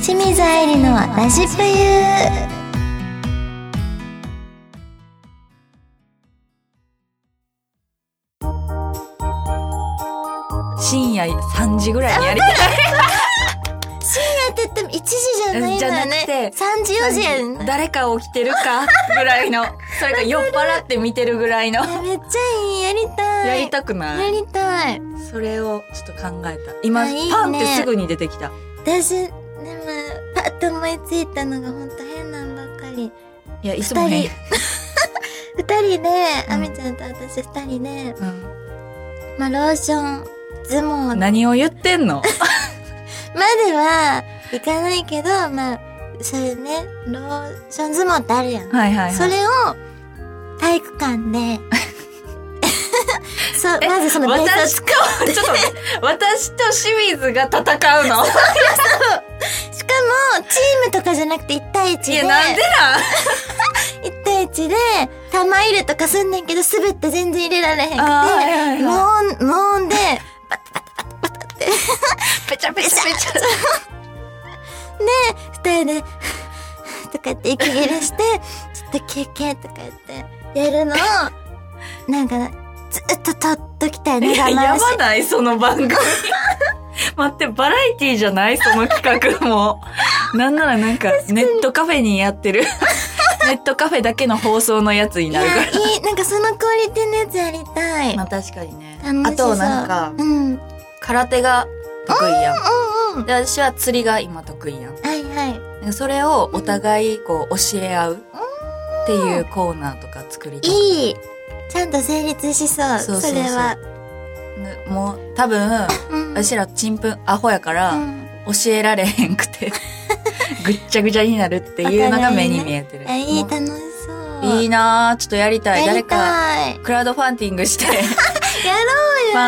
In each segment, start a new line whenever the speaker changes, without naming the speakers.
清水愛理のラジプユー
深夜3時ぐらいにやりたい。
って言っても1時じゃないん
じゃ
だ
な
ね
くて
3時4時やんな
誰か起きてるかぐらいの、それか酔っ払って見てるぐらいの。
えめっちゃいいやりた
や
い
りたくな
や
い
りたい
それをちょっと考えた。今、
あいいね
パンってすぐに出てきた。
私でもパッと思いついたのがほんと変なんばっかり
いや、いつも
二
ね。
二人で、
うん
あみちゃんと私二人で、
うん
まあ、ローション相撲ま
何を言ってんの
ではいかないけどまあそういうねローション相撲ってあるやん、
はいはいはい。
それを体育館 でそう
え
まずそのベースを
私と、ちょっと待って、私と清水が戦うの
しかも、チームとかじゃなくて1対1
い
で、
や、なんで
1対1で、玉入れとかすんねんけど、滑って全然入れられへんくて、
なんあーはいはい
無
は
音、無音で、
いペチャペチャペチャ。
二人で、とかって息切れして、ちょっと休憩とか言って、やるのを、なんか、ずっと撮っときたい
い
ね、
や、
我
や
慢し
ばないその番組。 待って、バラエティじゃないその企画も。 なんならなんか、ネットカフェにやって る。ネットカフェだけの放送のやつに
い
なるか
や、
ら。
いい、なんかそのクオリティのやつやりたい。
まあ確かにね。
楽
あ
しそう。
となんか、
うん。うんうん。
空手が得意やん。
は
で、私は釣りが今得意や
い
ん。
はい。
なんかそれをお互いこう教え合うっていうコーナーとか作りたい。
いい。ちゃんと成立しそう、
そうそうそう
それは。
もう多分、
うん
私らちんぷんアホやから、
うん
教えられへんく てぐっちゃぐちゃになるっていうのが目に見えてる。
えいい
も
楽しそう
ういいなぁ。ちょっとやりたい。
や
誰
り
か、
たい
クラウドファンディングして
やろう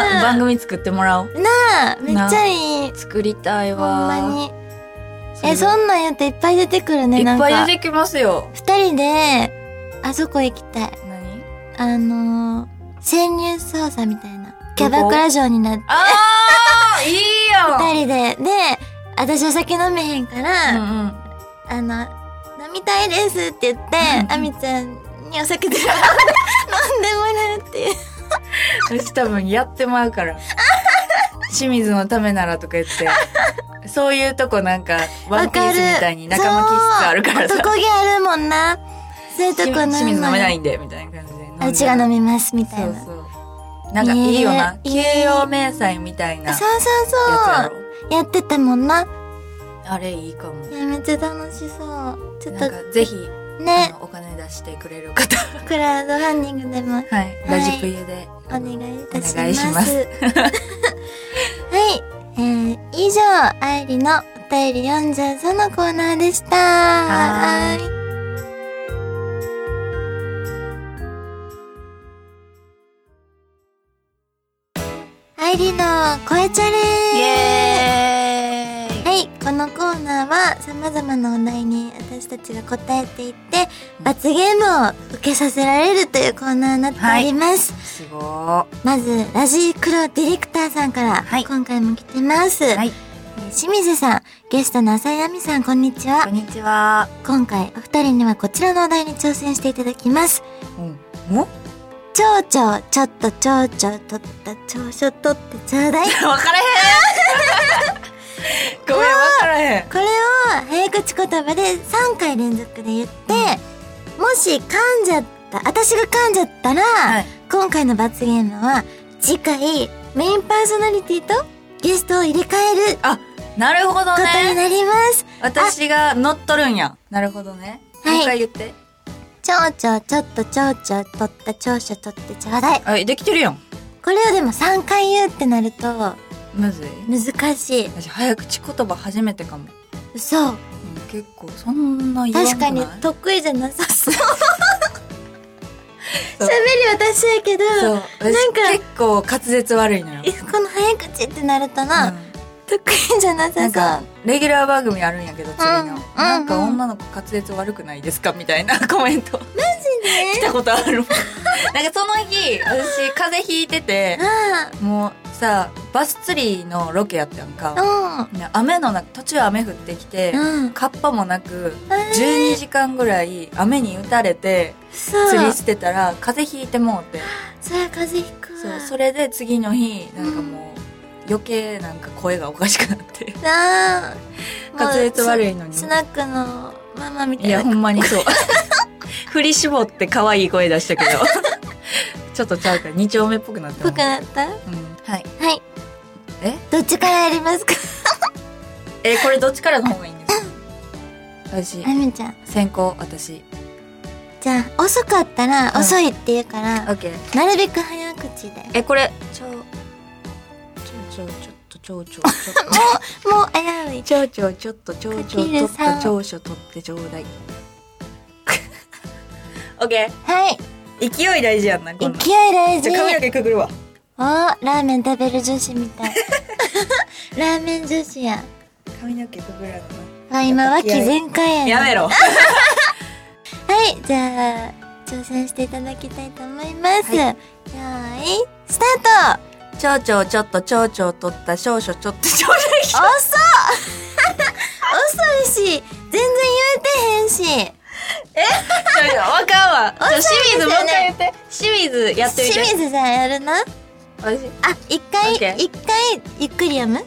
よ
ば番組作ってもらおう。
なあめっちゃいい
作りたい
ほん
わ。
まに
それ
えそんなんやっていっぱい出てくる
い
ね
っ
なん
ぱい
か
出てきますよ。
二人であそこ行きたい
何
あのー、潜入捜査みたいなキャバクラ城になって
あ あいいやん
二人でで私は酒飲めへんから、
うんうん。
あの飲みたいですって言って
うん
あみちゃんにお酒で飲んでもらうっていう
私多分やってま うから。清水のためならとか言って。そういうとこなんか、ワンピースみたいに仲間気質あるから
そう
さ。
男気あるもんなそういうとこ
清
飲む
水飲め
のよ
ないんで、みたいな感じで飲んで。
あうちが飲みますみたい
そう
なそう
そう。なんかいいよな。
い
休
いね
養明細みたいなやつ
そう
や
そ
ろ。
うやってたもんな
あれいいかも
い。やめっちゃ楽しそうちょっ
なん
と
かぜひ、あ
ね
のお金出してくれる方。
クラウドファンディングでも
はい。 ラジプユで。
お願いいたし
お願いし
ま
ます す
はい、えー、以上愛理のお便り43のコーナーでした
は
はーい愛理の声チャレンジ
イエーイ
はい、このコーナーは様々なお題に私たちが答えていって、罰ゲームを受けさせられるというコーナーになっております。
すごー。
まず、ラジクロディレクターさんから、
はい
今回も来てます。
はい
えー清水さん、ゲストの浅井亜美さん、こんにちは
こん。にちは。
今回、お二人にはこちらのお題に挑戦していただきます。
うん。も
蝶々、ちょっと蝶々、とった蝶々、とってちょう だい。
わからへんごめん、わからへん。
これを早口言葉で3回連続で言って、もし噛んじゃった、私が噛んじゃったら、
はい。
今回の罰ゲームは、次回、メインパーソナリティとゲストを入れ替える
なるほど
ことに
ね。
なります。
私が乗っとるんや。なるほどね。
はい
もう一回言って。
蝶々、ちょっと蝶々、取った長所取ってちょうだい。
あ、できてるやん。
これをでも3回言うってなると、
むずい。
難しい。
私、早口言葉初めてかも。
そう。
うん結構、そんな言わん
確
く
か
ない
に得意じゃなさそう。
そう
喋りは私やけど、
そう。私
なんか
結構滑舌悪いのよ。
この早口ってなるとな、
うん
と得意じゃな
な
さ
ん
そ
か
う。、
レギュラー番組あるんやけど、次
うん
の。なんか
うんうん
女の子滑舌悪くないですかみたいなコメ ント。来
ね
たことあるもん。なんかその日、私、風邪ひいてて、
あ
もうさ、バス釣りのロケやったやんか。
あ、
ね雨の中、途中雨降ってきて
う、ん。うん。
カッパもなく、
え
12時間ぐらい雨に打たれて、
ーそう。
釣りしてたら、風邪ひいてもうて。
それ風邪ひくわ。
そう、それで次の日、なんかもう、余計なんか声がおかしくなって。
なあ。
滑舌悪
い。
いのに。
スナックのママみたい
い
な。
や、ほんまにそう。 振り絞って可愛い声出したけど。 ちょっとちゃうから、二丁目っぽくなって
ぽ
も
くなったは
うん。はい。
い。
え
どっちからやりますか
え、これどっちからの方がいいんですか
あ
私、
みちゃん。
先行、私。
じゃあ、遅かったら
うん
遅いって言うから、
ケー。
なるべく早口で。
え、これ、ちょう、ちょうちょ、ちょっと、ちょうちょう、ちょっ と。
もう危うい。
ちょうちょう、ちょっと、ちょうちょう、
かけ
と
る
っ
さ
た、
ん
ちょうしょ、とってちょうだ い。オッケ
はい。
ー。勢い大事やんな、
勢
こ
い
んな。
大事
じゃあ。髪の毛くぐるわ。
おー、ラーメン食べる女子みた い。ラーメン女子や。
髪の毛くぐらの
あ、今は気全開や
な。
ね。
やめろ。
はい、じゃあ、挑戦していただきたいと思います。
は
よーい、スタート
ちょうちょうちょっとちょうちょう取った少々ちょっとちょうちょ
遅っ遅いし、全然言えてへんし。
いちょわかんわ。
遅いです
清水
よね
もう一回言って。清水やってみて。
清水さんやるな。あ、
私
一回、
オッケー
一回、ゆっくり読む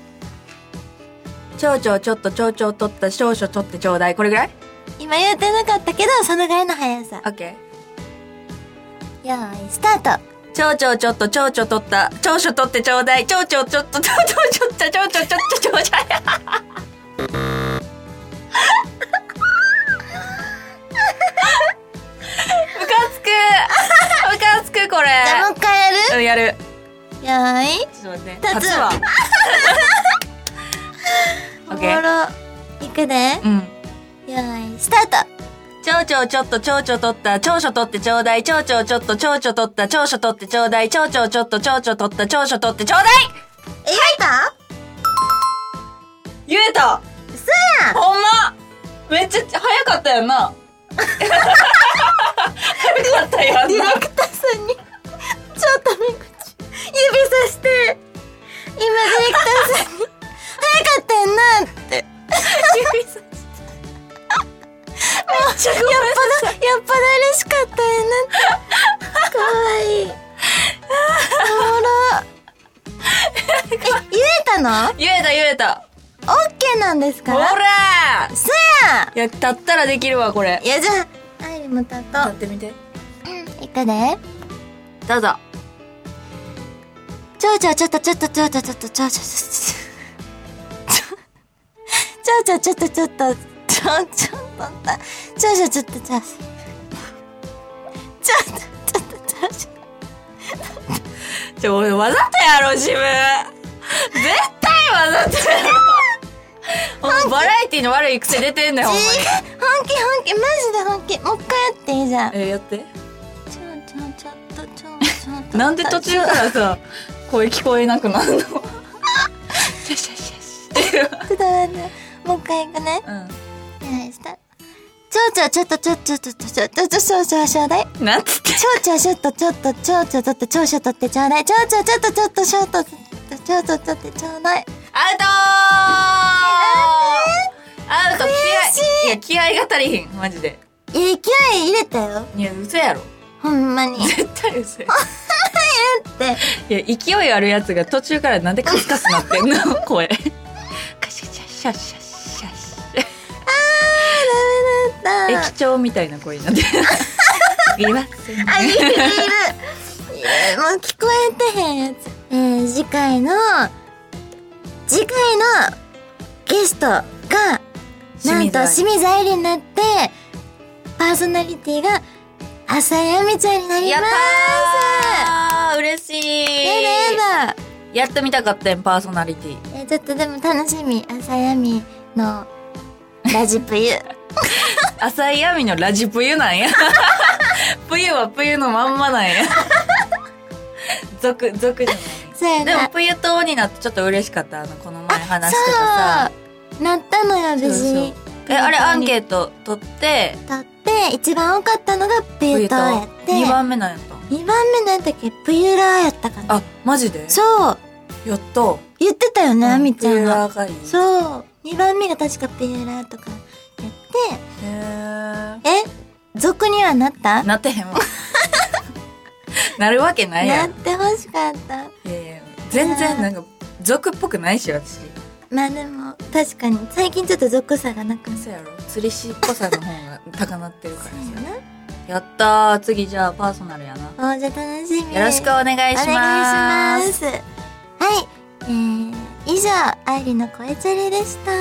ちょうちょうちょっとちょうちょう取った少々取ってちょうだい。これぐらい
今言うてなかったけど、そのぐらいの速さ。
オッケ
よーい、スタート
ー。ちょうちょうちょっとちょうちょう取った長所取ってちょうだい。ちょうちょうちょっとちょうちょうちょっとちょうちょうちょっとちょうちょう。むかつく。むかつくこれ。
じゃあもう一回やる
うんやる。
よーい、
ちょっと待って。
立つ
立つわ。
お
OK
もろ。いくで。
うん。
よーい、スタート
長々ちょっと長々取った長所取ってちょうだい長々ちょっと長所取った長所取ってちょうだい長々ちょっと長所取った長所取ってちょうだい
え、言えた
言えた
嘘やん
ほんまめっちゃ早かったよな早かったやん
ディ
な
レクターさんにちょっと目口指さして今ディレクター さんに早かったよなって
指さしてめっちゃごめん
やっぱだやっぱだ嬉しかったよなってかわいいお もろえ言えたの
言えた言えた
オッケーなんですか
ほ
ら
ら
そや
いや立ったらできるわこれ
んいやじゃあ愛理も立とう
ってみて
いくで
どうぞ
ちょうちょうちょっとちょっとちょっとちょっとちょうちょうちょっとちょっとちょっとちょうちょっとちょうちょうちょっとちょうちょうちょっとちょうちょっとちょっとちょっとちょうちょう
ちょ、俺わざとやろ、自分。絶対わざと やろ。お前バラエティの悪い癖出てんだよ、ほんまに。
本気本気マジで本気もう一回やっていいじゃんちょ
えやって。
うちょうちょっとちょうちょっと
なんで途中からさ、声聞こえなくなるのシャシャシャシャって。
ちょっと待ってもう一回いくね
う
はいしたちょうちょうちょっとちょっとちょっとちょっとちょっとちょっとちょっとちょっと
ん。なんつって。
蝶々ショット、ちょっと、蝶々取って、蝶々取ってちょうだい。蝶々ちょっと、ちょっと、ショット、蝶々取ってちょうだい。
アウトーアウト気合い。
悔
や、気合いが足りひん、マジで。
いや、勢い入れたよ。
いや、嘘やろ。
ほんまに。
絶対嘘や。
で、
いや、勢いあるやつが途中からなんでカスカスなってんの声。カシャシャシャシャシャシャ。
ダメだっ
駅長みたいな声になってるいません
た。 あ、いる、いる。いやもう聞こえてへんやつ。えー、次回の、次回のゲストが、なんと清水愛理になって、パーソナリティが、浅井亜美ちゃんになり
や
ま
っ
す。
たー嬉しい
やだやだ。
やってみたかったんパーソナリティ
えちょっとでも楽しみ朝闇のラジプ ユ
浅井亜美のラジプユなんや プユはプユのまんまなんや俗俗じゃない
そうや
で
な
も、ぷゆとになってちょっと嬉しかった。あの、この前話してたさ。
そうなったのよ無事に
え、あれアンケート取って、
だって一番多かったのがプユ
冬
と
と
やって
2番目なんやった。
二番目なんだっけプユラーやったかな
あ、マジで
そう
やった。
言ってたよねあみちゃん
冬
が
は赤い。う。
そう二番目が確かプユラーとかやって
へー
え俗にはなったな
なってへんわ。 なるわけないやん。い
ってほしかった
やいや全然なんか、俗っぽくないし、私。
まあでも確かに最近ちょっと俗さがなくなっ
そうやろ釣り師っぽさの方が高なってるから
た
さ
よ。ね
やったー。次じゃあパーソナルやな。
おーじゃあ楽しみ
よろしくお願いします。
お願いしますはいえー、以上愛理の声チャレでした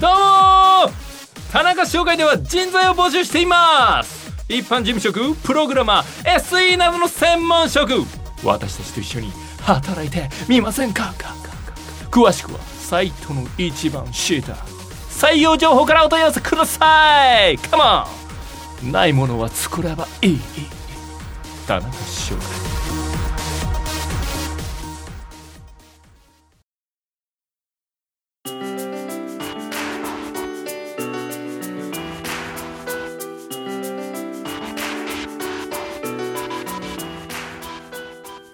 どうもー田中紹介では人材を募集しています一般事務職プログラマー SE などの専門職私たちと一緒に働いてみませんかかかか詳しくはサイトの一番下採用情報からお問い合わせくださいカモンないものは作ればいい田中紹介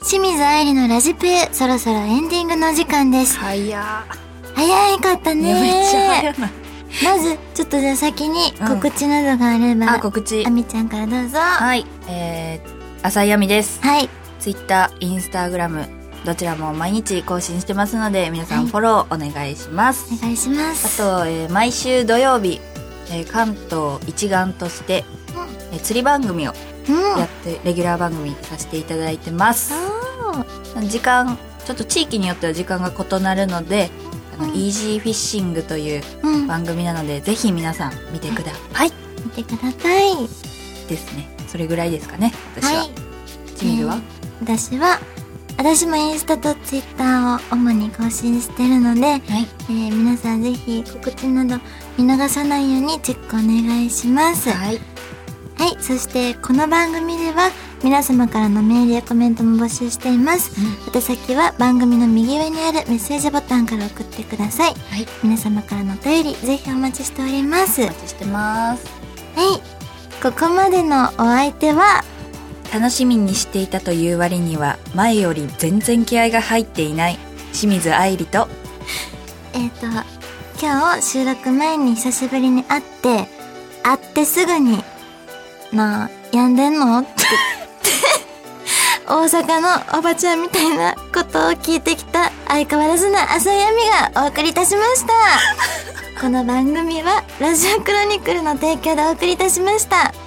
清水愛理のラジプそろそろエンディングの時間です
早っ。
早いかったね
いやめっちゃ早ない。
まずちょっとじゃあ先に告知などがあれば、
あ、告知
あ。みちゃんからどうぞは
はい。えー、浅井亜美です。
い
Twitter、Instagram、どちらも毎日更新してますので、皆さ
は
ん
い
フォローお願いします。
お願いします
あと、えー毎週土曜日、えー関東一丸として、えー釣り番組を
うん
やって、レギュラー番組させていただいてます。時間、ちょっと地域によっては時間が異なるので、あ
う
の、
ん
イージーフィッシングという
うん
番組なので、ぜひ皆さん見てください。
見てください
ですね。それぐらいですかね、私は。
はい
清水は、
私は私もインスタとツイッターを主に更新してるので、
はい。
えー皆さんぜひ告知など見逃さないようにチェックお願いします。はい、
はい。
そしてこの番組では皆様からのメールやコメントも募集しています。宛先は番組の右上にあるメッセージボタンから送ってください。
はい。
皆様からのお便りぜひお待ちしております。
お
はい
待、ちしてます。
ここまでのお相手は
楽しみにしていたという割には、前より全然気合が入っていない、清水愛理と、
えっ、と、今日収録前に久しぶりに会って、会ってすぐに、なあ、病んでんのって、大阪のおばちゃんみたいなことを聞いてきた相変わらずな浅井亜美がお送りいたしました。この番組は、ラジオクロニクルの提供でお送りいたしました。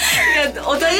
いや、お互い